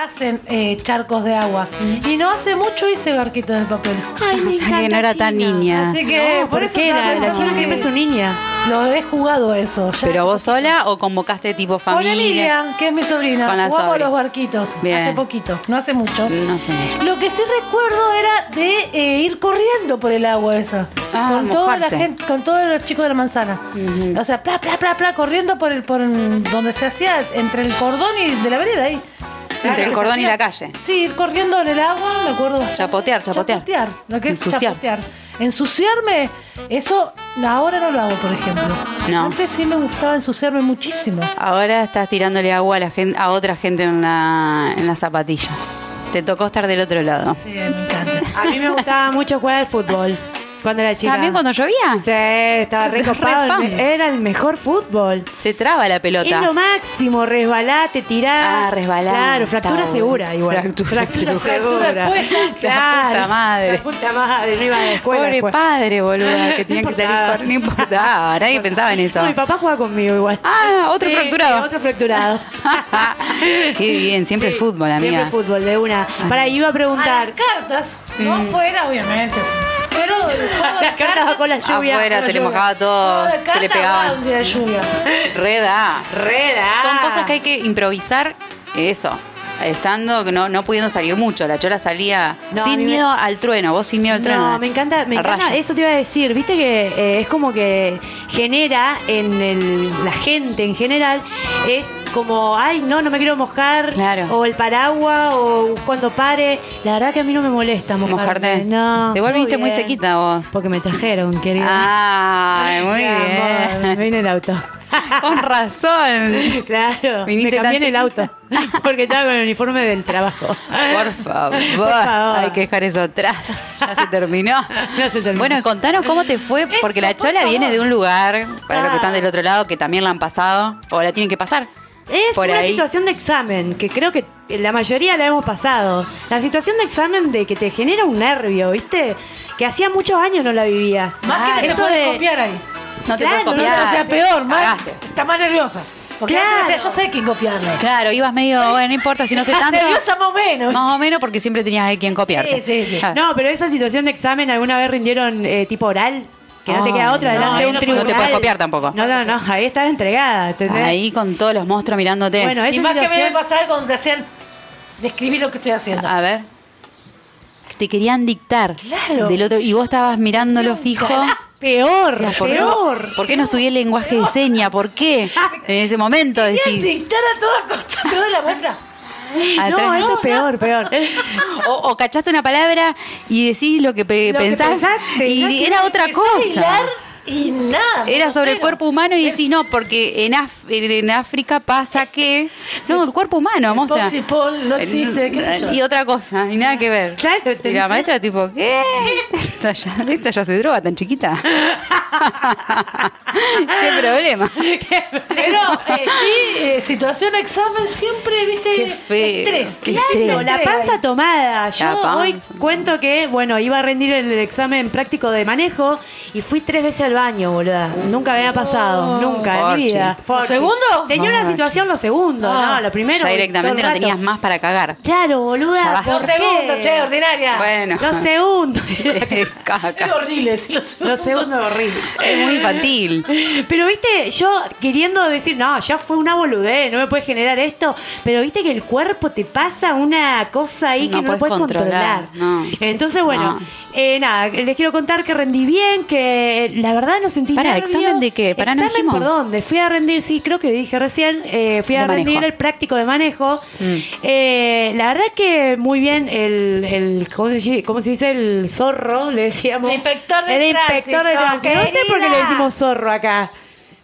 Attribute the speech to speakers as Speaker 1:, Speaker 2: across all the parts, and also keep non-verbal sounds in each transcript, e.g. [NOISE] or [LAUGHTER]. Speaker 1: hacen eh, charcos de agua. Y no hace mucho hice barquitos de papel.
Speaker 2: Ay, me
Speaker 3: O sea que no era
Speaker 2: encanta
Speaker 3: tan
Speaker 2: China.
Speaker 3: niña.
Speaker 1: Así que
Speaker 4: No,
Speaker 1: por
Speaker 4: ¿por
Speaker 1: eso
Speaker 4: qué?
Speaker 1: estaba
Speaker 4: La, la
Speaker 1: pensando
Speaker 4: China
Speaker 1: que
Speaker 4: siempre es su niña.
Speaker 1: Lo he jugado eso. ya.
Speaker 3: Pero vos sola o convocaste tipo
Speaker 1: con
Speaker 3: familia.
Speaker 1: Emilia, que es mi sobrina,
Speaker 3: Con la
Speaker 1: jugamos a
Speaker 3: sobri.
Speaker 1: los barquitos.
Speaker 3: Bien.
Speaker 1: Hace poquito, no hace mucho.
Speaker 3: No sé.
Speaker 1: Lo que sí recuerdo era de eh, ir corriendo por el agua eso.
Speaker 3: Ah,
Speaker 1: con toda la
Speaker 3: mojarse.
Speaker 1: gente, con todos los chicos de la manzana. O sea, pla, pla, pla, pla, corriendo por el, por el- donde se hacía, entre el cordón y de la vereda ahí.
Speaker 3: Entre el
Speaker 1: Se
Speaker 3: cordón y
Speaker 1: hacía-
Speaker 3: la calle.
Speaker 1: Sí, ir corriendo en el agua, me acuerdo bastante.
Speaker 3: Chapotear, chapotear.
Speaker 1: Chapotear, lo que es
Speaker 3: Ensuciar.
Speaker 1: chapotear. Ensuciarme, eso ahora no lo hago, por ejemplo.
Speaker 3: No.
Speaker 1: Antes sí me gustaba ensuciarme muchísimo.
Speaker 3: Ahora estás tirándole agua a, la gente, a otra gente en, la- en las zapatillas. Te tocó estar del otro lado.
Speaker 1: Sí, me encanta.
Speaker 4: A mí me gustaba mucho jugar al fútbol cuando era chica.
Speaker 3: ¿También cuando llovía?
Speaker 4: Sí, estaba
Speaker 3: Sos re
Speaker 4: re copado.
Speaker 3: fan.
Speaker 4: el me- Era el mejor fútbol.
Speaker 3: Se traba la pelota.
Speaker 4: Es lo máximo, resbalate, tirá.
Speaker 3: Ah, resbalá.
Speaker 4: Claro, fractura
Speaker 3: Está
Speaker 4: segura
Speaker 3: bueno.
Speaker 4: igual.
Speaker 3: Fractura segura.
Speaker 4: segura.
Speaker 1: Fractura puesta.
Speaker 4: Claro.
Speaker 3: La puta madre.
Speaker 4: La puta madre, no iba a la escuela
Speaker 3: Pobre
Speaker 4: después.
Speaker 3: padre,
Speaker 4: [LAUGHS]
Speaker 3: boluda, que tenía que salir
Speaker 4: importaba.
Speaker 3: por. No
Speaker 4: [LAUGHS]
Speaker 3: importaba, nadie pensaba en eso.
Speaker 4: No, mi papá jugaba conmigo igual.
Speaker 3: Ah, otro
Speaker 4: Sí,
Speaker 3: fracturado.
Speaker 4: sí,
Speaker 3: [LAUGHS]
Speaker 4: otro fracturado.
Speaker 3: Qué bien, siempre el
Speaker 4: Sí,
Speaker 3: fútbol,
Speaker 4: Siempre
Speaker 3: amiga.
Speaker 4: el fútbol, de una. Para, iba a
Speaker 1: A las
Speaker 4: preguntar.
Speaker 1: cartas, no fuera, obviamente. sí. Pero el juego de
Speaker 4: Las cartas bajo Mm. [LAUGHS] la lluvia.
Speaker 3: Ah, Afuera, te le mojaba todo,
Speaker 1: juego de
Speaker 3: se le
Speaker 1: cartas va un
Speaker 3: pegaban.
Speaker 1: día de lluvia.
Speaker 4: Ah,
Speaker 3: Reda.
Speaker 4: Reda.
Speaker 3: Son cosas que hay que improvisar, eso. Estando, no, no pudiendo salir mucho. La chola salía
Speaker 4: No, a
Speaker 3: sin
Speaker 4: mí me-
Speaker 3: miedo al trueno, vos sin miedo al trueno.
Speaker 4: No, me encanta, me
Speaker 3: Al
Speaker 4: encanta,
Speaker 3: rayo.
Speaker 4: eso te iba a decir, viste que eh, es como que genera en el- la gente en general, es como, ay, no, no me quiero mojar,
Speaker 3: Claro.
Speaker 4: o el paraguas, o cuando pare, la verdad que a mí no me molesta mojarme,
Speaker 3: Mojarte.
Speaker 4: no.
Speaker 3: Igual viniste muy
Speaker 4: bien.
Speaker 3: sequita vos.
Speaker 4: Porque me trajeron, querida.
Speaker 3: Ay, muy
Speaker 4: Mi amor,
Speaker 3: [LAUGHS] bien.
Speaker 4: Me vine en el auto.
Speaker 3: Con razón.
Speaker 4: Claro,
Speaker 3: Viniste
Speaker 4: me
Speaker 3: tan
Speaker 4: cambié en el
Speaker 3: sequita.
Speaker 4: auto, porque estaba con el uniforme del trabajo. [LAUGHS]
Speaker 3: Por favor,
Speaker 4: Por favor.
Speaker 3: hay que dejar eso atrás. Ya se terminó.
Speaker 4: [LAUGHS] Ya se terminó.
Speaker 3: Bueno, contanos cómo te fue, porque
Speaker 1: Eso,
Speaker 3: la
Speaker 1: por
Speaker 3: chola
Speaker 1: favor.
Speaker 3: viene de un lugar, para los que están
Speaker 4: Ah.
Speaker 3: del otro lado, que también la han pasado, o la tienen que pasar.
Speaker 4: Es
Speaker 3: por
Speaker 4: una
Speaker 3: ahí.
Speaker 4: situación de examen, que creo que la mayoría la hemos pasado. La situación de examen de que te genera un nervio, ¿viste? Que hacía muchos años no la vivía.
Speaker 1: Más que no te
Speaker 4: Eso
Speaker 1: puedes
Speaker 4: de-
Speaker 1: copiar ahí.
Speaker 3: No te
Speaker 4: Claro,
Speaker 3: puedes
Speaker 4: no,
Speaker 3: copiar.
Speaker 1: o sea, peor, más,
Speaker 3: Cagaste.
Speaker 1: está más nerviosa. Porque
Speaker 4: Claro.
Speaker 1: antes decía, yo sé quién copiarle.
Speaker 3: Claro, ibas medio, bueno, no importa
Speaker 4: [LAUGHS]
Speaker 3: si no sé tanto.
Speaker 1: nerviosa [LAUGHS] más o menos.
Speaker 3: Más o menos porque siempre tenías a quien copiar.
Speaker 4: Sí, sí, sí.
Speaker 3: Ah.
Speaker 4: No, pero esa situación de examen alguna vez rindieron eh, tipo oral. Que no te
Speaker 3: Ah,
Speaker 4: queda otra
Speaker 3: no,
Speaker 4: delante de
Speaker 1: ahí
Speaker 4: un
Speaker 1: no
Speaker 4: tribunal.
Speaker 3: te puedes copiar tampoco.
Speaker 4: No, no, no, ahí estás entregada, ¿entendés?
Speaker 3: Ahí con todos los monstruos mirándote.
Speaker 4: Bueno,
Speaker 1: y
Speaker 4: esa
Speaker 1: más que me
Speaker 4: situación... Ah,
Speaker 1: pasaba cuando te hacían describir lo que estoy haciendo.
Speaker 3: a ver. Te querían dictar
Speaker 1: Claro.
Speaker 3: del otro y vos estabas mirándolo fijo.
Speaker 4: Peor,
Speaker 3: Decías, ¿por, qué-
Speaker 4: peor.
Speaker 3: ¿Por qué no estudié lenguaje de seña? ¿Por qué?
Speaker 4: [LAUGHS]
Speaker 3: En ese momento
Speaker 1: Querían
Speaker 3: decís. "Ah,
Speaker 1: dictar a toda costa toda la muestra.
Speaker 3: atrás-
Speaker 4: No, eso es peor, peor.
Speaker 3: [LAUGHS] o, o cachaste una palabra y decís lo que pe-
Speaker 4: Lo que
Speaker 3: pensás
Speaker 4: pensaste,
Speaker 3: y
Speaker 4: ¿no? Que
Speaker 3: era
Speaker 4: me
Speaker 3: otra
Speaker 1: Empezó a hilar
Speaker 3: cosa.
Speaker 1: Y nada.
Speaker 3: Era
Speaker 1: menos
Speaker 3: sobre el
Speaker 1: cero.
Speaker 3: cuerpo humano y decís, no, porque en, Af- en África pasa que... No, el cuerpo humano, mostra. Eh,
Speaker 1: Popsipol no existe, qué sé yo.
Speaker 3: Y otra cosa, y nada que ver.
Speaker 4: Claro,
Speaker 3: y la
Speaker 4: tenés-
Speaker 3: maestra tipo, ¿qué? Esta ya, esta ya se droga
Speaker 1: [LAUGHS]
Speaker 3: tan chiquita. ¿Qué problema?
Speaker 1: Pero eh, sí, eh, situación examen siempre, viste,
Speaker 3: Qué feo,
Speaker 1: estrés.
Speaker 3: qué
Speaker 1: Claro,
Speaker 4: La
Speaker 3: estrés.
Speaker 4: panza tomada. Yo
Speaker 3: La panza.
Speaker 4: hoy cuento que, bueno, iba a rendir el examen práctico de manejo y fui tres veces al baño, boluda. Nunca me había pasado, nunca en
Speaker 3: Forchi.
Speaker 4: mi vida.
Speaker 1: ¿Lo segundo?
Speaker 4: Tenía una
Speaker 3: Oh. Forchi.
Speaker 4: situación lo segundo,
Speaker 1: Ah.
Speaker 4: no, lo primero.
Speaker 3: ya
Speaker 4: todo el
Speaker 3: directamente no
Speaker 4: rato.
Speaker 3: tenías más para
Speaker 1: [LAUGHS]
Speaker 3: cagar. [LAUGHS]
Speaker 4: Claro,
Speaker 3: Ya
Speaker 4: boluda.
Speaker 3: basta.
Speaker 1: Lo
Speaker 4: ¿por qué?
Speaker 1: segundo, che, ordinaria.
Speaker 3: Bueno.
Speaker 4: Lo segundo.
Speaker 3: [LAUGHS]
Speaker 1: Es
Speaker 3: Caca.
Speaker 1: horrible, sí, lo segundo.
Speaker 4: Lo segundo es horrible.
Speaker 3: Es muy infantil.
Speaker 4: [LAUGHS] Pero viste, yo queriendo decir, no, ya fue una boludez, no me puedes generar esto. Pero viste que el cuerpo te pasa una cosa ahí
Speaker 3: No
Speaker 4: que no lo
Speaker 3: podés
Speaker 4: puedes controlar.
Speaker 3: controlar, no.
Speaker 4: Entonces, bueno,
Speaker 3: No.
Speaker 4: eh, nada, les quiero contar que rendí bien, que eh, la verdad no sentí
Speaker 3: Pará,
Speaker 4: nada.
Speaker 3: ¿examen de qué? Pará, no
Speaker 4: examen,
Speaker 3: dijimos.
Speaker 4: perdón, de- fui a rendir, sí, creo que dije recién, eh, fui a
Speaker 3: De manejo.
Speaker 4: rendir el práctico de manejo.
Speaker 3: Mm.
Speaker 4: Eh, la verdad que muy bien el, el ¿cómo, se, dice? ¿cómo se dice? El zorro, le decíamos.
Speaker 1: El inspector de
Speaker 4: El inspector de
Speaker 1: tránsito,
Speaker 4: tránsito. No sé por qué le
Speaker 1: querida.
Speaker 4: decimos zorro acá.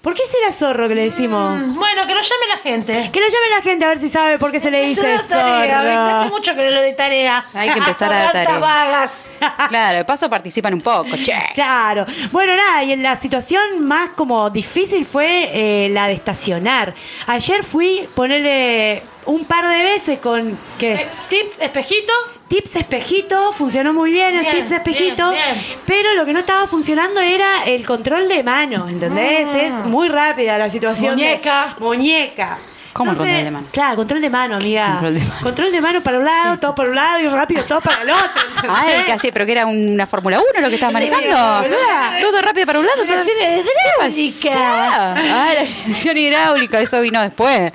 Speaker 4: ¿Por qué será zorro que le decimos?
Speaker 1: Bueno, que lo llame la gente.
Speaker 4: Que lo llame la gente a ver si sabe por qué se le
Speaker 1: Eso
Speaker 4: dice
Speaker 1: da tarea, ¿viste? Hace
Speaker 4: zorro.
Speaker 1: mucho que no lo de tarea.
Speaker 3: Hay que empezar
Speaker 1: Son
Speaker 3: a dar
Speaker 1: tantas
Speaker 3: tarea.
Speaker 1: vagas.
Speaker 3: Claro, de paso participan un poco, che.
Speaker 4: Claro. Bueno, nada, y en la situación más como difícil fue eh, la de estacionar. Ayer fui ponerle un par de veces con que
Speaker 1: Eh, Tips, espejito.
Speaker 4: tips espejito, funcionó muy bien el
Speaker 1: Bien,
Speaker 4: tips espejito,
Speaker 1: bien, bien.
Speaker 4: pero lo que no estaba funcionando era el control de mano, ¿entendés? Es muy rápida la situación. de-
Speaker 1: Ah. Muñeca.
Speaker 4: muñeca.
Speaker 3: ¿Cómo el
Speaker 4: Entonces,
Speaker 3: control de mano?
Speaker 4: Claro, control de mano, amiga.
Speaker 3: Control de mano.
Speaker 4: Control de mano para un lado, todo para un lado y rápido todo para el
Speaker 3: [LAUGHS]
Speaker 4: otro. ¿entendés?
Speaker 3: Ay, casi, pero Ah, que era una Fórmula 1 lo que estabas manejando.
Speaker 4: boluda.
Speaker 3: Todo rápido para un lado. Todo...
Speaker 4: Dirección hidráulica.
Speaker 3: ¿Qué pasaba? Ah, la dirección hidráulica, eso vino después.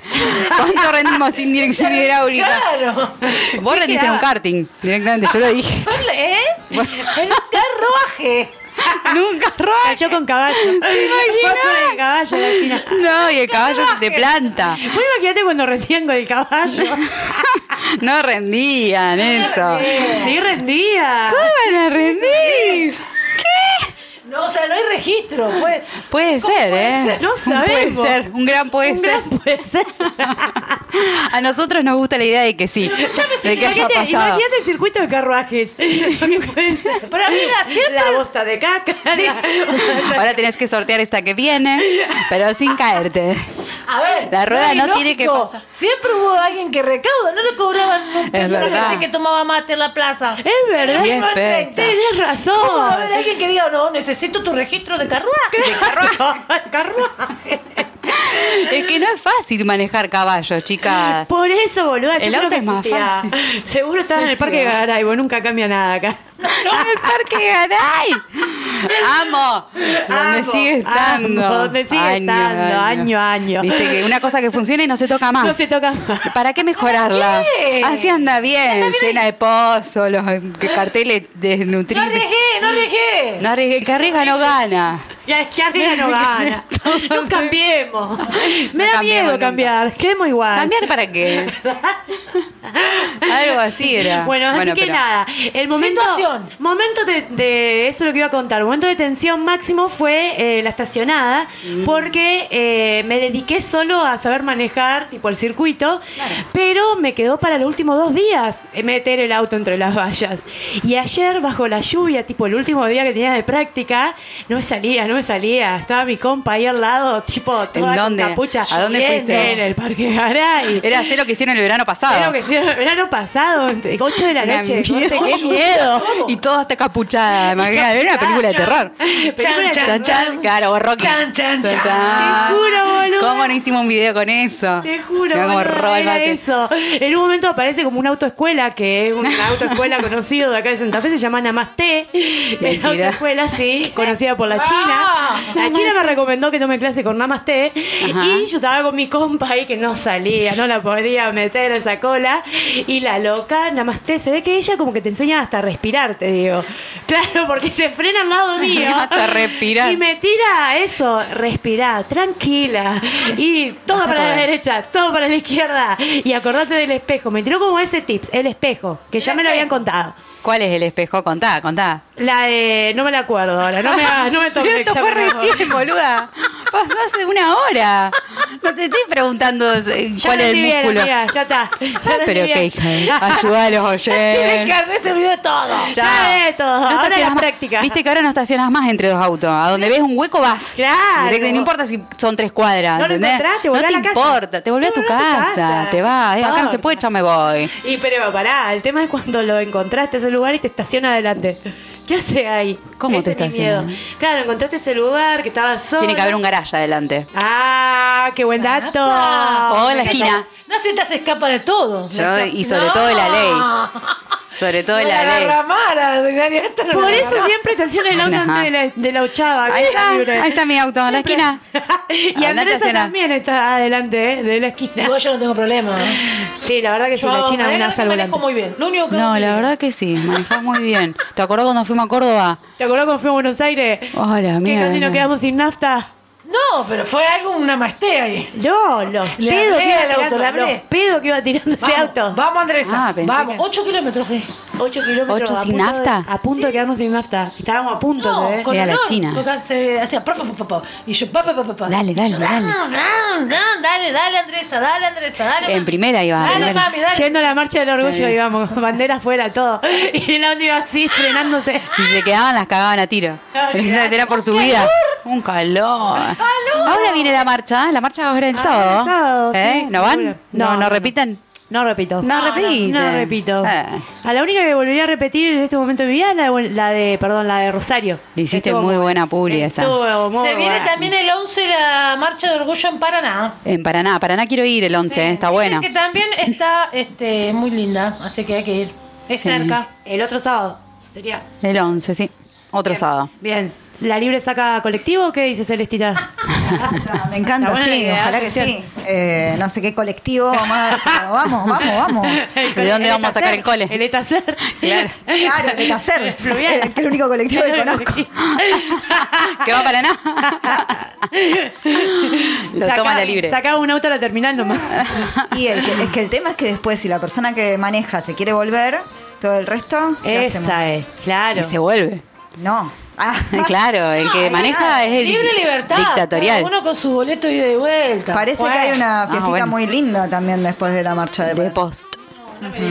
Speaker 3: ¿Cuánto rendimos sin dirección hidráulica?
Speaker 4: Claro.
Speaker 3: Vos rendiste en un karting directamente, yo lo dije. [LAUGHS]
Speaker 4: ¿Eh?
Speaker 3: Bueno.
Speaker 4: El carruaje.
Speaker 3: Nunca
Speaker 4: Ah, yo con caballo. Fue con el caballo la china.
Speaker 3: No, y el caballo se te planta.
Speaker 4: Vos imagínate cuando rendían con el
Speaker 3: [LAUGHS]
Speaker 4: caballo.
Speaker 3: No rendían eso.
Speaker 4: Sí, rendía.
Speaker 3: ¿Cómo van a rendir?
Speaker 4: No, o sea, no hay registro. Fue
Speaker 3: Puede ser, ¿eh?
Speaker 4: ser? No
Speaker 3: Un
Speaker 4: sabemos.
Speaker 3: Puede ser, un gran puede
Speaker 4: un
Speaker 3: ser.
Speaker 4: gran puede
Speaker 3: [LAUGHS]
Speaker 4: ser.
Speaker 3: A nosotros nos gusta la idea de que sí, de que haya
Speaker 4: imagínate,
Speaker 3: pasado.
Speaker 4: imagínate el circuito de carruajes. [LAUGHS] Lo que puede
Speaker 3: [LAUGHS]
Speaker 4: ser.
Speaker 1: Pero, amiga, siempre-
Speaker 4: La bosta de caca. la-
Speaker 3: Ahora tenés que sortear esta que viene, pero sin caerte.
Speaker 1: A ver,
Speaker 3: La rueda
Speaker 1: era
Speaker 3: no tiene que
Speaker 1: ilógico.
Speaker 3: pasar.
Speaker 1: Siempre hubo alguien que recauda, no le cobraban un peso a la
Speaker 3: verdad.
Speaker 1: gente que tomaba mate en la plaza.
Speaker 4: Es verdad.
Speaker 3: Diez pesos.
Speaker 4: Tenés
Speaker 1: ¿Cómo va a haber
Speaker 4: [LAUGHS] razón.
Speaker 1: alguien que diga, no, necesito tu registro de carruaje?
Speaker 4: Carruaje.
Speaker 3: Es que no es fácil manejar caballos, chica.
Speaker 4: Por eso, boluda. yo
Speaker 3: El
Speaker 4: creo
Speaker 3: auto
Speaker 4: que
Speaker 3: es más
Speaker 4: existía.
Speaker 3: fácil.
Speaker 4: Seguro estaba en el parque de Gagaraibo. Nunca cambia nada acá.
Speaker 3: No en el parque Garay. Amo. Donde
Speaker 4: Amo,
Speaker 3: sigue estando.
Speaker 4: amo, donde sigue estando, año, año.
Speaker 3: Viste que una cosa que funciona y no se toca más.
Speaker 4: [LAUGHS] No se toca más.
Speaker 3: ¿Para qué mejorarla?
Speaker 4: qué?
Speaker 3: Así anda bien, llena de pozos, los eh, carteles
Speaker 1: [LAUGHS] No
Speaker 3: desnutridos.
Speaker 1: arriesgué, no arriesgué.
Speaker 3: No arriesgue- el que arriesga no gana.
Speaker 4: Ya, ya arriba
Speaker 3: [LAUGHS]
Speaker 4: no gana. No cambiemos. Me da
Speaker 3: No cambiemos
Speaker 4: miedo
Speaker 3: nunca.
Speaker 4: cambiar. Quedemos igual.
Speaker 3: ¿Cambiar para
Speaker 4: [LAUGHS]
Speaker 3: qué? Algo así era.
Speaker 4: Bueno, así que
Speaker 3: pero-
Speaker 4: nada, el momento,
Speaker 1: Situación.
Speaker 4: momento de, de- eso es lo que iba a contar, momento de tensión máximo fue eh, la estacionada,
Speaker 3: Mm.
Speaker 4: porque eh, me dediqué solo a saber manejar tipo el circuito, pero me quedó para los últimos dos días eh, meter el auto entre las vallas. Y ayer bajo la lluvia, tipo el último día que tenía de práctica, no me salía, no me salía, estaba mi compa ahí al lado, tipo toda con
Speaker 3: dónde?
Speaker 4: capucha,
Speaker 3: ¿A dónde
Speaker 4: lloviendo
Speaker 3: fuiste?
Speaker 4: en el Parque Garay.
Speaker 3: Era hacer lo que hicieron el verano
Speaker 4: Creo
Speaker 3: pasado.
Speaker 4: que sí, el verano pasado, 8 de la
Speaker 3: Una
Speaker 4: noche. corte,
Speaker 3: mierda.
Speaker 4: ¡Qué miedo!
Speaker 3: Y todo está capuchada. Imagínate, era una película de terror.
Speaker 4: [LAUGHS] Película de
Speaker 3: Chan, chan, claro, o Rocky.
Speaker 1: Chan, chan, chan.
Speaker 3: Tan.
Speaker 4: Te juro, boluda.
Speaker 3: ¿Cómo no hicimos un video con eso?
Speaker 4: Te juro,
Speaker 3: Mirá cómo
Speaker 4: boluda,
Speaker 3: roba el
Speaker 4: era
Speaker 3: mate.
Speaker 4: eso. En un momento aparece como una autoescuela, que es
Speaker 3: [LAUGHS]
Speaker 4: una autoescuela conocida de acá de Santa Fe, se llama Namaste. Una
Speaker 3: Mentira.
Speaker 4: autoescuela, sí, conocida por la China.
Speaker 1: Ah.
Speaker 4: La China me recomendó que tome clase con Namaste.
Speaker 3: Ajá.
Speaker 4: Y yo estaba con mi compa ahí que no salía, no la podía meter esa cola. Y la loca, Namaste, se ve que ella como que te enseña hasta respirar, te digo. Claro, porque se frena al lado mío.
Speaker 3: [LAUGHS] Hasta respirar.
Speaker 4: Y me tira eso, respirá, tranquila. Y todo
Speaker 3: Vas a
Speaker 4: para la
Speaker 3: poder.
Speaker 4: derecha, todo para la izquierda. Y acordate del espejo. Me tiró como ese tips, el espejo, que ya me lo habían contado.
Speaker 3: ¿Cuál es el espejo? Contá, contá.
Speaker 4: La de. No me la acuerdo ahora, no me, hagas- no
Speaker 3: [LAUGHS]
Speaker 4: me tomes
Speaker 3: Pero esto fue
Speaker 4: examen, no.
Speaker 3: recién, boluda. Pasó hace una hora. No te estoy preguntando eh,
Speaker 4: Ya
Speaker 3: cuál
Speaker 4: lo
Speaker 3: es el
Speaker 4: entendí bien,
Speaker 3: músculo.
Speaker 4: amiga, ya está.
Speaker 3: Ah, pero qué hija, de- ayuda a
Speaker 1: Tienes
Speaker 4: [LAUGHS]
Speaker 3: los
Speaker 1: que
Speaker 3: oyentes.
Speaker 1: haber servido de todo.
Speaker 3: Chao.
Speaker 4: Ya de todo, ahora
Speaker 3: estacionas
Speaker 4: la
Speaker 3: más.
Speaker 4: práctica.
Speaker 3: Viste que ahora no estacionas más entre dos autos. A donde ves un hueco vas.
Speaker 4: Claro.
Speaker 3: Directo, no importa si son tres cuadras.
Speaker 4: No lo
Speaker 3: ¿entendés?
Speaker 4: encontraste,
Speaker 3: no
Speaker 4: volvés
Speaker 3: te
Speaker 4: a la casa.
Speaker 3: importa. Te volvés a tu casa. Te vas. Eh, acá no se puede, yo me voy.
Speaker 4: Y pero pará, el tema es cuando lo encontraste ese lugar y te estaciona adelante. ¿Qué hace ahí?
Speaker 3: ¿Cómo
Speaker 4: Ese
Speaker 3: te
Speaker 4: es mi miedo.
Speaker 3: estaciona?
Speaker 4: Claro, encontraste ese lugar que estaba solo.
Speaker 3: Tiene que haber un garaje adelante.
Speaker 4: Ah, qué buen dato.
Speaker 3: O
Speaker 1: No se
Speaker 3: en la
Speaker 1: te-
Speaker 3: esquina.
Speaker 1: No se te hace escapa de todo.
Speaker 3: Yo, y sobre todo de la ley. Sobre todo de la ley.
Speaker 1: mala, esta no
Speaker 4: Por
Speaker 1: la
Speaker 4: eso
Speaker 1: agarraba.
Speaker 4: siempre estaciona el auto
Speaker 3: Ajá.
Speaker 4: antes de la, de la ochava.
Speaker 3: Ahí
Speaker 4: qué
Speaker 3: está,
Speaker 4: libre.
Speaker 3: ahí está mi auto, en la esquina.
Speaker 4: este. [LAUGHS] y
Speaker 3: a
Speaker 4: Andrés
Speaker 3: cenar.
Speaker 4: también está adelante eh, de la esquina.
Speaker 1: Igual yo no tengo problema.
Speaker 4: Sí, la verdad que sí, la China es una
Speaker 1: me manejo
Speaker 4: saludante.
Speaker 1: muy bien. Lo único que
Speaker 3: No, la verdad que sí, manejás muy bien. ¿Te acordás cuando fuimos a Córdoba?
Speaker 4: ¿Te acordás cuando fuimos a Buenos Aires?
Speaker 3: Hola,
Speaker 4: que
Speaker 3: mira.
Speaker 4: casi nos quedamos sin nafta.
Speaker 1: No, pero fue algo, una mastea ahí.
Speaker 4: No, los
Speaker 1: Le
Speaker 4: pedos que
Speaker 1: hablé
Speaker 4: iba
Speaker 1: al auto,
Speaker 4: tirando,
Speaker 1: le hablé.
Speaker 4: los pedos que iba tirando ese auto.
Speaker 1: Vamos, Andresa.
Speaker 3: Ah, pensé
Speaker 1: vamos,
Speaker 3: que-
Speaker 1: 8 kilómetros. eh.
Speaker 4: 8 kilómetros.
Speaker 3: ¿Ocho
Speaker 4: a
Speaker 3: sin
Speaker 4: punto de-
Speaker 3: nafta?
Speaker 4: a punto de quedarnos sin nafta. Estábamos a punto,
Speaker 1: No,
Speaker 4: ¿eh?
Speaker 1: con
Speaker 3: Era la
Speaker 1: olor,
Speaker 3: China.
Speaker 1: porque se hacía pa, pa, pa, pa, pa. Y yo, pa, pa, pa, pa, pa.
Speaker 3: Dale, dale,
Speaker 1: Yo,
Speaker 3: dale.
Speaker 1: "Ah, ah, ah, Dale, dale, Andresa, dale, Andresa, dale.
Speaker 3: En
Speaker 1: mami".
Speaker 3: primera iba.
Speaker 1: Dale,
Speaker 3: primera.
Speaker 1: mami, dale.
Speaker 4: Yendo a la marcha del orgullo, íbamos, bandera afuera, todo. [LAUGHS] Y el auto iba así, frenándose.
Speaker 3: Si se quedaban, las cagaban a tiro.
Speaker 4: Ah,
Speaker 3: Pero esa era por su vida. Un calor. Ahora viene la marcha. La marcha ahora el sábado.
Speaker 4: Ah, sábado,
Speaker 3: ¿Eh?
Speaker 4: sí,
Speaker 3: ¿No van?
Speaker 4: seguro. No,
Speaker 3: ¿No, no,
Speaker 4: no, no.
Speaker 3: repiten?
Speaker 4: No repito.
Speaker 3: No repite.
Speaker 4: No, repito.
Speaker 3: Ah.
Speaker 4: A la única que volvería a repetir en este momento de mi vida es la de, la de- perdón, la de Rosario.
Speaker 3: Le hiciste
Speaker 4: Estuvo
Speaker 3: muy buena publi esa.
Speaker 4: Estuvo muy
Speaker 1: Se viene
Speaker 4: buena.
Speaker 1: también el 11 la marcha de orgullo en Paraná.
Speaker 3: En Paraná, Paraná quiero ir el 11, eh, está buena.
Speaker 1: Que también está este, muy linda, así que hay que ir. Es
Speaker 3: Sí.
Speaker 1: cerca.
Speaker 4: El otro sábado sería.
Speaker 3: El 11, sí. Otro sábado.
Speaker 4: Bien. ¿La libre saca colectivo o qué dice Celestita?
Speaker 2: Basta, [LAUGHS] me encanta,
Speaker 4: Está buena
Speaker 2: sí,
Speaker 4: la idea,
Speaker 2: ojalá que
Speaker 4: atención.
Speaker 2: sí. Eh, no sé qué colectivo, vamos, a- pero vamos, vamos, [LAUGHS] vamos.
Speaker 3: Oh. ¿De dónde vamos a sacar el cole?
Speaker 4: El Etacer.
Speaker 3: Claro.
Speaker 2: Claro, el Etacer,
Speaker 4: [LAUGHS] Fluvial.
Speaker 2: que es [LAUGHS] el único colectivo
Speaker 4: [LAUGHS]
Speaker 2: que conozco.
Speaker 3: Ah, ¿Que va a Paraná? Lo
Speaker 4: Sacá-
Speaker 3: toma la libre.
Speaker 4: Sacaba un auto a la terminal nomás.
Speaker 3: [LAUGHS]
Speaker 2: Y el que- es que el tema es que después, si la persona que maneja se quiere volver, todo el resto, ¿qué
Speaker 4: Esa
Speaker 2: hacemos?
Speaker 4: es, claro.
Speaker 3: Y se vuelve. [LAUGHS]
Speaker 2: No. Ah,
Speaker 3: Claro, el que
Speaker 2: No,
Speaker 3: maneja es [LAUGHS] el
Speaker 1: Libre libertad.
Speaker 3: dictatorial.
Speaker 1: cada Uno con su boleto y de vuelta.
Speaker 2: Parece
Speaker 1: Bueno.
Speaker 2: que hay una
Speaker 3: Ah,
Speaker 2: fiestita
Speaker 3: bueno.
Speaker 2: muy linda también después de la marcha de,
Speaker 3: De
Speaker 2: Paraná.
Speaker 3: post.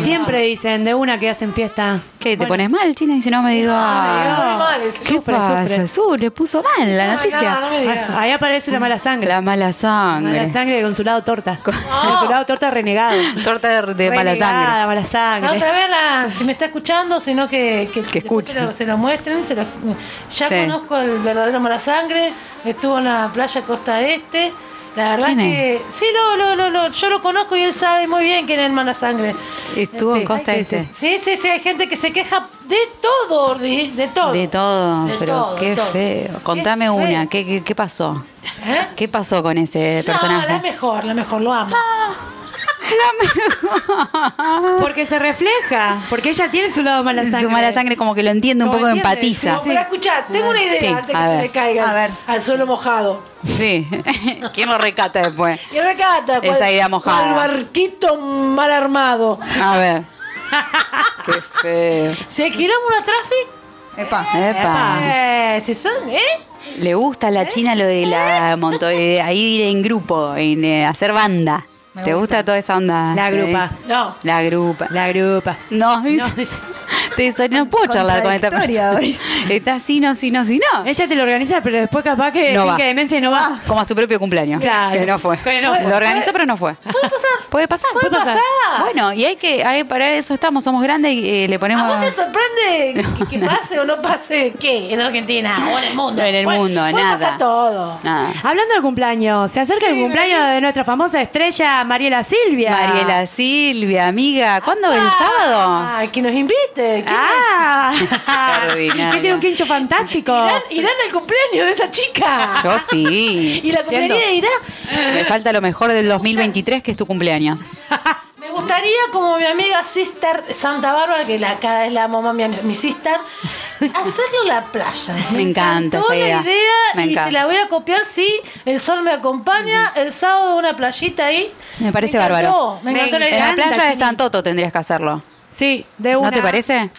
Speaker 4: Siempre dicen de una que hacen fiesta.
Speaker 3: ¿Qué? ¿Te pones mal, China? Y si no me digo.
Speaker 1: Ay,
Speaker 3: ah,
Speaker 1: no,
Speaker 3: ¿Qué
Speaker 4: sufre, sufre.
Speaker 3: pasa? Su, le puso mal la
Speaker 1: No,
Speaker 3: noticia.
Speaker 1: no, no me digas.
Speaker 4: Ah, Ahí aparece la mala sangre.
Speaker 3: La mala
Speaker 4: Mala
Speaker 3: sangre.
Speaker 4: sangre de consulado torta. [LAUGHS] Consulado torta renegado.
Speaker 3: Torta de, de mala sangre.
Speaker 4: Renegada, mala
Speaker 3: Ah,
Speaker 4: sangre.
Speaker 1: La Ah, otra vez, la- si me está escuchando, sino que, que, después
Speaker 3: escuche.
Speaker 1: Se lo, se lo muestren. se lo- ya
Speaker 3: Sí.
Speaker 1: conozco el verdadero mala sangre. Estuvo en la playa Costa Este. La verdad
Speaker 3: ¿Quién
Speaker 1: que. Sí, lo, lo, lo, lo- yo lo conozco y él sabe muy bien quién es el mala sangre.
Speaker 3: Estuvo en
Speaker 1: Sí.
Speaker 3: Costa
Speaker 4: Ay, sí,
Speaker 3: Este.
Speaker 1: Sí, sí, sí, hay gente que se queja de todo, Ordi, de todo. ¿eh?
Speaker 3: De todo,
Speaker 1: De
Speaker 3: pero
Speaker 1: todo,
Speaker 3: qué
Speaker 1: de todo.
Speaker 3: feo. Contame una,
Speaker 1: feo.
Speaker 3: ¿Qué, qué, qué pasó?
Speaker 1: ¿Eh?
Speaker 3: ¿Qué pasó con ese
Speaker 1: No, la
Speaker 3: personaje?
Speaker 1: mejor, la mejor, lo amo.
Speaker 4: Porque se refleja. Porque ella tiene su lado mala sangre.
Speaker 3: Su mala sangre como que lo entiende, un
Speaker 4: Como
Speaker 3: poco
Speaker 4: entiende,
Speaker 3: empatiza.
Speaker 1: No, pero escuchá, tengo una idea
Speaker 3: Sí,
Speaker 1: antes que
Speaker 3: a
Speaker 1: se
Speaker 3: ver.
Speaker 1: le caiga
Speaker 2: A ver.
Speaker 1: al suelo mojado.
Speaker 3: Sí. [LAUGHS] ¿Quién lo recata después?
Speaker 1: Y recata.
Speaker 3: Esa idea mojada.
Speaker 1: El barquito mal armado.
Speaker 3: A ver. Qué feo.
Speaker 1: ¿Se alquilamos una trafi?
Speaker 2: Epa.
Speaker 3: Epa.
Speaker 1: Eh, si son, ¿eh?
Speaker 3: Le gusta a la China lo de la monto de ahí ir en grupo, en eh, hacer banda.
Speaker 2: Me
Speaker 3: ¿Te gusta toda esa onda?
Speaker 4: La
Speaker 3: que-
Speaker 4: grupa.
Speaker 1: No.
Speaker 3: La grupa.
Speaker 4: La grupa.
Speaker 3: No, [LAUGHS] dice-
Speaker 4: dice-
Speaker 3: te dice, no puedo charlar con esta persona.
Speaker 2: Contradictoria
Speaker 3: [LAUGHS] Está así, no, sí, no, sí, no.
Speaker 4: Ella te lo organiza, pero después capaz que
Speaker 3: No
Speaker 4: finge
Speaker 3: va. Ah.
Speaker 4: demencia y no va.
Speaker 3: Como a su propio cumpleaños.
Speaker 4: Claro.
Speaker 3: Que no fue.
Speaker 4: Que no fue.
Speaker 3: Lo organizó, pero no fue. Puede pasar. Puede pasar.
Speaker 1: Puede pasar.
Speaker 3: Bueno, y hay que, hay, para eso estamos, somos grandes y eh, le ponemos.
Speaker 1: ¿A vos te sorprende que,
Speaker 3: [LAUGHS]
Speaker 1: que pase o no pase qué en Argentina o en el mundo?
Speaker 3: No, en el
Speaker 1: Puede-
Speaker 3: mundo,
Speaker 1: puede
Speaker 3: nada.
Speaker 1: pasar todo.
Speaker 3: Nada.
Speaker 4: Hablando de cumpleaños, se acerca el cumpleaños de nuestra famosa estrella Mariela Silvia.
Speaker 3: Mariela Silvia, amiga, ¿cuándo? ¿El sábado?
Speaker 1: Ay, que nos invite. que
Speaker 4: Ah, [LAUGHS]
Speaker 3: Extraordinario.
Speaker 4: que tiene un quincho fantástico.
Speaker 1: Irán, Irán al cumpleaños de esa chica.
Speaker 3: Yo sí.
Speaker 4: [LAUGHS]
Speaker 1: Y la cumpleaños de Irán.
Speaker 3: Me falta lo mejor del 2023, que es tu cumpleaños.
Speaker 1: Me gustaría, como mi amiga Sister Santa Bárbara, que la, cada vez la amo más, mi, mi
Speaker 3: [LAUGHS]
Speaker 1: sister, hacerlo en la playa.
Speaker 3: Me encanta
Speaker 1: encantó
Speaker 3: esa
Speaker 1: la
Speaker 3: idea. Me
Speaker 1: y
Speaker 3: encanta.
Speaker 1: se la voy a copiar si el sol me acompaña. El sábado una playita ahí.
Speaker 3: Me parece
Speaker 1: encantó,
Speaker 3: bárbaro.
Speaker 1: Me
Speaker 4: Me
Speaker 1: encantó la
Speaker 3: En
Speaker 1: idea.
Speaker 3: la
Speaker 4: Grande,
Speaker 3: playa de
Speaker 4: Chini.
Speaker 3: Santoto tendrías que hacerlo.
Speaker 4: Sí, de una.
Speaker 3: ¿No te parece?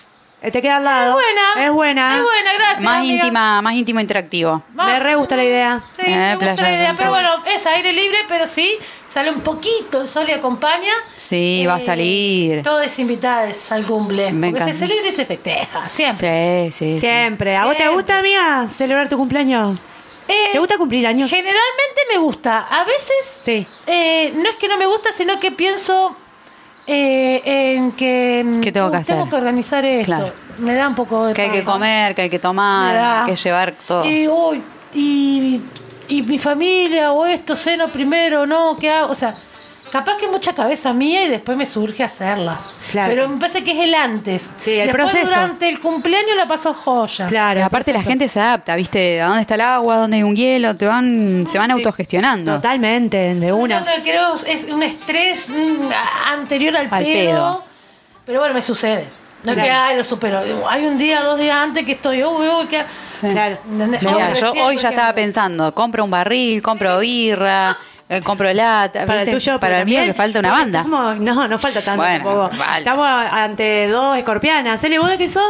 Speaker 4: Eh, Te queda al lado.
Speaker 1: Es buena.
Speaker 4: Es buena.
Speaker 1: Es buena, gracias.
Speaker 3: Más
Speaker 1: amiga.
Speaker 3: íntima, más íntimo interactivo.
Speaker 1: Va.
Speaker 4: Me re gusta la idea.
Speaker 1: Sí,
Speaker 3: Eh,
Speaker 1: me gusta
Speaker 3: playa
Speaker 1: la
Speaker 3: de
Speaker 1: idea,
Speaker 3: Santa
Speaker 1: pero
Speaker 3: Bárbara.
Speaker 1: bueno, es aire libre, pero sí, sale un poquito el sol y acompaña.
Speaker 3: Sí, va a
Speaker 1: Eh,
Speaker 3: salir.
Speaker 1: Todas invitadas al cumple.
Speaker 3: Me
Speaker 1: porque
Speaker 3: encanta.
Speaker 1: se celebra y se festeja, siempre.
Speaker 3: Sí, sí. sí.
Speaker 4: Siempre. ¿A vos te
Speaker 1: Siempre.
Speaker 4: gusta, amiga, celebrar tu cumpleaños?
Speaker 1: Eh,
Speaker 4: ¿Te gusta cumplir años?
Speaker 1: Generalmente me gusta. A veces
Speaker 4: Sí.
Speaker 1: eh, no es que no me gusta, sino que pienso eh, en que mm,
Speaker 3: ¿Qué tengo que hacer?
Speaker 1: organizar esto.
Speaker 3: Claro.
Speaker 1: Me da un poco de
Speaker 3: Que hay que
Speaker 1: paja.
Speaker 3: comer, que hay que
Speaker 1: Me da.
Speaker 3: tomar, que hay que llevar todo.
Speaker 1: Y, uy, y, y mi familia o esto ceno primero, no, ¿qué hago? O sea, capaz que mucha cabeza mía y después me surge hacerla.
Speaker 4: Claro.
Speaker 1: Pero me parece que es el antes.
Speaker 4: Sí, el
Speaker 1: después
Speaker 4: proceso.
Speaker 1: durante el cumpleaños la paso joya.
Speaker 4: Claro.
Speaker 3: Y aparte la gente se adapta, ¿viste? ¿A dónde está el agua? ¿Dónde hay un hielo? Te van, se van autogestionando.
Speaker 4: Totalmente, de
Speaker 1: Yo
Speaker 4: una.
Speaker 1: no creo es un estrés mm, a- anterior al,
Speaker 3: Al
Speaker 1: pedo,
Speaker 3: pedo.
Speaker 1: Pero bueno, me sucede. No es que
Speaker 4: Claro.
Speaker 1: ay, lo supero. Hay un día, dos días antes que estoy, uy, uy, que.
Speaker 3: Sí.
Speaker 4: Claro.
Speaker 1: ¿Entendés?
Speaker 3: Mirá,
Speaker 1: Ahora
Speaker 3: yo
Speaker 1: recién,
Speaker 3: hoy ya
Speaker 1: porque-
Speaker 3: estaba pensando, compro un barril, compro birra, eh, compro lata,
Speaker 4: Para el
Speaker 3: ¿viste?
Speaker 4: tuyo,
Speaker 3: para
Speaker 4: pero
Speaker 3: el mío que
Speaker 4: también
Speaker 3: falta una banda.
Speaker 4: estamos- no, no falta tanto
Speaker 3: Bueno,
Speaker 4: tampoco.
Speaker 3: vale.
Speaker 4: Estamos ante dos escorpianas. ¿Cele, vos de qué sos?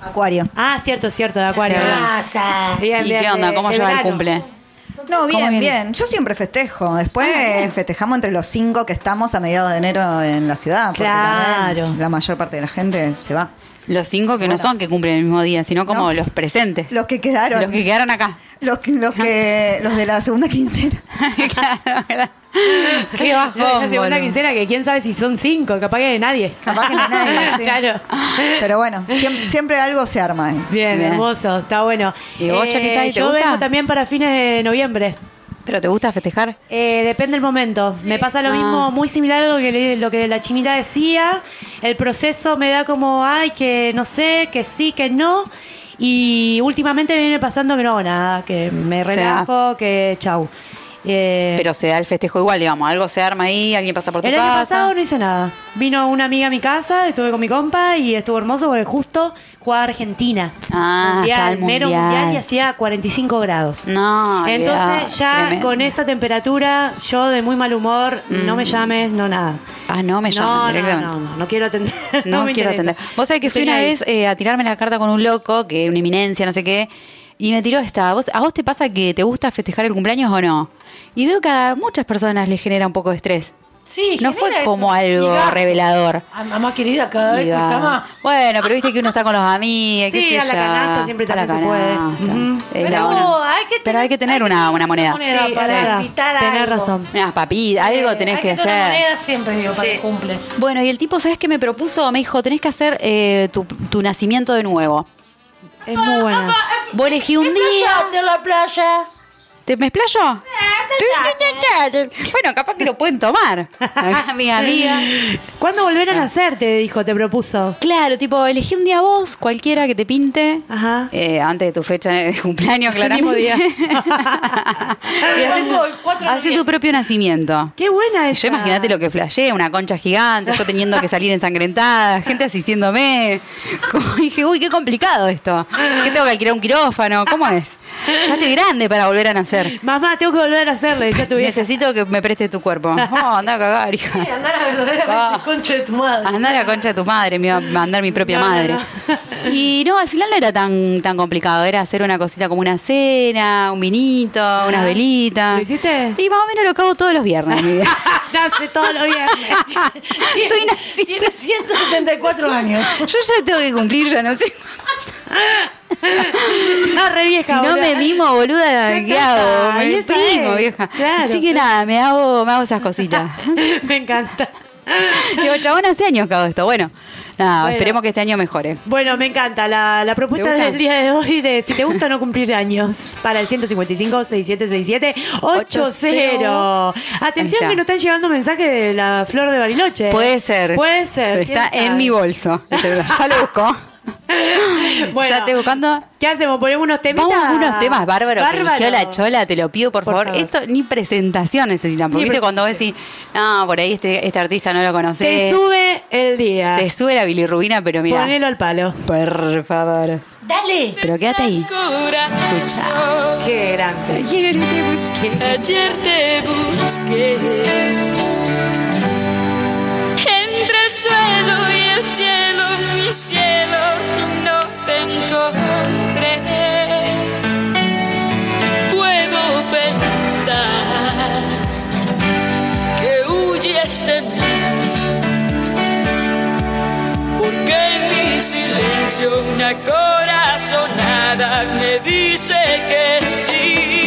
Speaker 2: Acuario.
Speaker 4: Ah, cierto, cierto, de acuario.
Speaker 3: Sí,
Speaker 4: Ah,
Speaker 1: Pasa.
Speaker 4: bien,
Speaker 3: ¿Y
Speaker 4: bien,
Speaker 3: qué onda?
Speaker 4: de-
Speaker 3: ¿Cómo
Speaker 4: de
Speaker 3: lleva el
Speaker 4: verano.
Speaker 3: cumple?
Speaker 2: No, bien,
Speaker 3: viene?
Speaker 2: bien, Yo siempre festejo. Después festejamos entre los cinco que estamos a mediados de enero en la ciudad. Porque
Speaker 4: Claro.
Speaker 2: también La mayor parte de la gente se va.
Speaker 3: Los cinco que no son que cumplen el mismo día, sino como
Speaker 2: No.
Speaker 3: los presentes.
Speaker 2: Los que
Speaker 4: [LAUGHS]
Speaker 2: quedaron.
Speaker 3: Los que quedaron acá. [LAUGHS]
Speaker 2: Los, que- los que, los de la segunda quincena.
Speaker 3: Claro, claro. Qué bajón,
Speaker 4: La segunda
Speaker 3: boludo.
Speaker 4: quincena que quién sabe si son cinco, capaz que
Speaker 3: [LAUGHS]
Speaker 4: nadie.
Speaker 2: Capaz que no hay nadie, sí.
Speaker 4: Claro.
Speaker 2: Pero bueno, siem- siempre, algo se arma. eh.
Speaker 4: Bien,
Speaker 3: Bien.
Speaker 4: hermoso, está bueno. Eh,
Speaker 3: ¿Y vos, Chaquita, y te
Speaker 4: yo
Speaker 3: gusta?
Speaker 4: vengo también para fines de noviembre.
Speaker 3: ¿Pero te gusta festejar?
Speaker 4: Eh, depende del momento. Me pasa lo
Speaker 3: Ah.
Speaker 4: mismo, muy similar a lo que, le- lo que la chinita decía. El proceso me da como, ay, que no sé, que sí, que no. Y últimamente me viene pasando que no hago nada, que me
Speaker 3: sea.
Speaker 4: relajo, que chau. Eh,
Speaker 3: Pero se da el festejo igual, digamos. Algo se arma ahí, alguien pasa por tu
Speaker 4: el año
Speaker 3: casa.
Speaker 4: pasado no hice nada. Vino una amiga a mi casa, estuve con mi compa y estuvo hermoso porque justo jugaba Argentina.
Speaker 3: Ah, está el
Speaker 4: mero
Speaker 3: mundial.
Speaker 4: mundial y hacía 45 grados.
Speaker 3: No, olvidá,
Speaker 4: Entonces ya
Speaker 3: Ah, tremendo.
Speaker 4: con esa temperatura, yo de muy mal humor, no me llames, no nada.
Speaker 3: Ah, no, me llaman
Speaker 4: no, no,
Speaker 3: directamente.
Speaker 4: no, no, no quiero atender. [LAUGHS]
Speaker 3: No,
Speaker 4: me
Speaker 3: quiero
Speaker 4: interesa.
Speaker 3: atender. Vos sabés que fui
Speaker 4: Tenía
Speaker 3: una
Speaker 4: ahí.
Speaker 3: vez eh, a tirarme la carta con un loco, que una eminencia, no sé qué, y me tiró esta. ¿Vos, ¿A vos te pasa que te gusta festejar el cumpleaños o no? Y veo que a muchas personas les genera un poco de estrés.
Speaker 1: Sí, genera
Speaker 3: No fue
Speaker 1: eso.
Speaker 3: como algo
Speaker 1: Y gasto.
Speaker 3: revelador.
Speaker 1: A mamá querida, cada vez
Speaker 3: Y
Speaker 1: que
Speaker 3: va.
Speaker 1: está más.
Speaker 3: Bueno, pero viste que uno está con los amigos, qué
Speaker 4: Sí,
Speaker 3: sé
Speaker 4: a la
Speaker 3: yo.
Speaker 4: canasta siempre
Speaker 3: A la
Speaker 4: también se puede.
Speaker 3: canasta.
Speaker 4: Ujú.
Speaker 3: Es la
Speaker 1: Pero
Speaker 3: buena.
Speaker 1: hay que tener,
Speaker 3: Pero hay que tener una, una moneda.
Speaker 1: moneda. Sí, para
Speaker 4: es verdad.
Speaker 1: invitar a
Speaker 4: Tenés
Speaker 1: algo.
Speaker 4: razón.
Speaker 3: Unas papitas, Ah, algo
Speaker 1: Eh,
Speaker 3: tenés
Speaker 1: hay
Speaker 3: que,
Speaker 1: tener una
Speaker 3: hacer.
Speaker 1: moneda siempre, digo, para
Speaker 4: Sí.
Speaker 1: que cumple.
Speaker 3: Bueno, y el tipo, ¿sabes qué me propuso? Me dijo, tenés que hacer eh, tu, tu nacimiento de nuevo.
Speaker 4: Es muy
Speaker 1: Ah,
Speaker 4: buena. [LAUGHS]
Speaker 3: Vos elegí un día.
Speaker 1: eh, de la playa.
Speaker 3: ¿Te me explayo? Bueno, capaz que lo pueden tomar. Amiga, Ah, amiga. Ah.
Speaker 4: ¿Cuándo volver a nacer? Te dijo, te propuso.
Speaker 3: Claro, tipo, elegí un día vos, cualquiera que te pinte.
Speaker 4: Ajá.
Speaker 3: Eh, antes de tu fecha de cumpleaños,
Speaker 4: El mismo
Speaker 3: claramente.
Speaker 4: día.
Speaker 3: y hacé tu,
Speaker 1: Cuatro, cuatro
Speaker 3: hacé tu
Speaker 1: noviembre.
Speaker 3: propio nacimiento.
Speaker 4: Qué buena esa.
Speaker 3: Yo imagínate lo que flasheé, una concha gigante, yo teniendo que salir ensangrentada, gente asistiéndome. Como dije, uy, qué complicado esto. ¿Qué tengo que alquilar un quirófano? ¿Cómo es? Ya estoy grande para volver a nacer.
Speaker 4: Mamá, tengo que volver a nacer, le
Speaker 3: [LAUGHS]
Speaker 4: decía a tu vieja.
Speaker 3: Necesito que me prestes tu cuerpo. Oh, anda a cagar, hija.
Speaker 1: Andar a verdaderamente
Speaker 3: Ah.
Speaker 1: concha de tu madre.
Speaker 3: Andá a la concha de tu madre, me iba a mandar mi propia
Speaker 4: No, no,
Speaker 3: madre. Y no, al final no era tan, tan complicado, era hacer una cosita como una cena, un vinito, unas velitas.
Speaker 4: ¿Lo hiciste?
Speaker 3: Y más o menos lo cago todos los viernes, mi vida. [LAUGHS]
Speaker 4: Ya [LAUGHS] hace todo lo bien.
Speaker 3: Estoy nací-
Speaker 1: Tiene 174 años.
Speaker 3: Yo ya tengo que cumplir, ya no sé.
Speaker 4: Está re vieja,
Speaker 3: Si no
Speaker 4: boluda.
Speaker 3: me mimo, boluda,
Speaker 4: Ya
Speaker 3: ¿qué
Speaker 4: está,
Speaker 3: hago? Me
Speaker 4: ahí está,
Speaker 3: deprimo,
Speaker 4: eh.
Speaker 3: vieja.
Speaker 4: Claro.
Speaker 3: Así que nada, me hago, me hago esas
Speaker 4: [LAUGHS]
Speaker 3: cositas.
Speaker 4: Me encanta.
Speaker 3: Digo, chabón, hace años que hago esto. Bueno, nada,
Speaker 4: Bueno.
Speaker 3: esperemos que este año mejore.
Speaker 4: Bueno, me encanta la, la
Speaker 3: ¿Te
Speaker 4: propuesta
Speaker 3: gusta?
Speaker 4: del día de hoy de si te gusta o no cumplir años para el 155 6767 80. Atención
Speaker 3: está.
Speaker 4: que nos están llegando mensajes de la flor de Bariloche.
Speaker 3: Puede ser.
Speaker 4: Puede ser.
Speaker 3: Pero
Speaker 4: ¿quién
Speaker 3: está
Speaker 4: sabe?
Speaker 3: en mi bolso. el celular. Ya lo busco.
Speaker 4: [LAUGHS] Bueno,
Speaker 3: ya estoy buscando.
Speaker 4: ¿Qué hacemos? Ponemos unos temitas.
Speaker 3: Vamos a unos temas bárbaros que eligió la chola, te lo pido por,
Speaker 4: Por
Speaker 3: favor.
Speaker 4: favor.
Speaker 3: Esto ni presentación necesitan, porque
Speaker 4: Ni
Speaker 3: viste cuando vos decís, no, por ahí este, este artista no lo conocés.
Speaker 4: Te sube el día.
Speaker 3: Te sube la bilirrubina, pero mira.
Speaker 4: Ponelo al palo.
Speaker 3: Por favor.
Speaker 1: Dale.
Speaker 3: Pero quédate ahí.
Speaker 5: oscura el
Speaker 3: Escucha.
Speaker 5: sol.
Speaker 4: Qué grande.
Speaker 3: Ayer te busqué.
Speaker 5: Ayer te busqué entre el suelo y el cielo, mi cielo, y no te encontré. Puedo pensar que huyes de mí, porque en mi silencio una corazonada me dice que sí.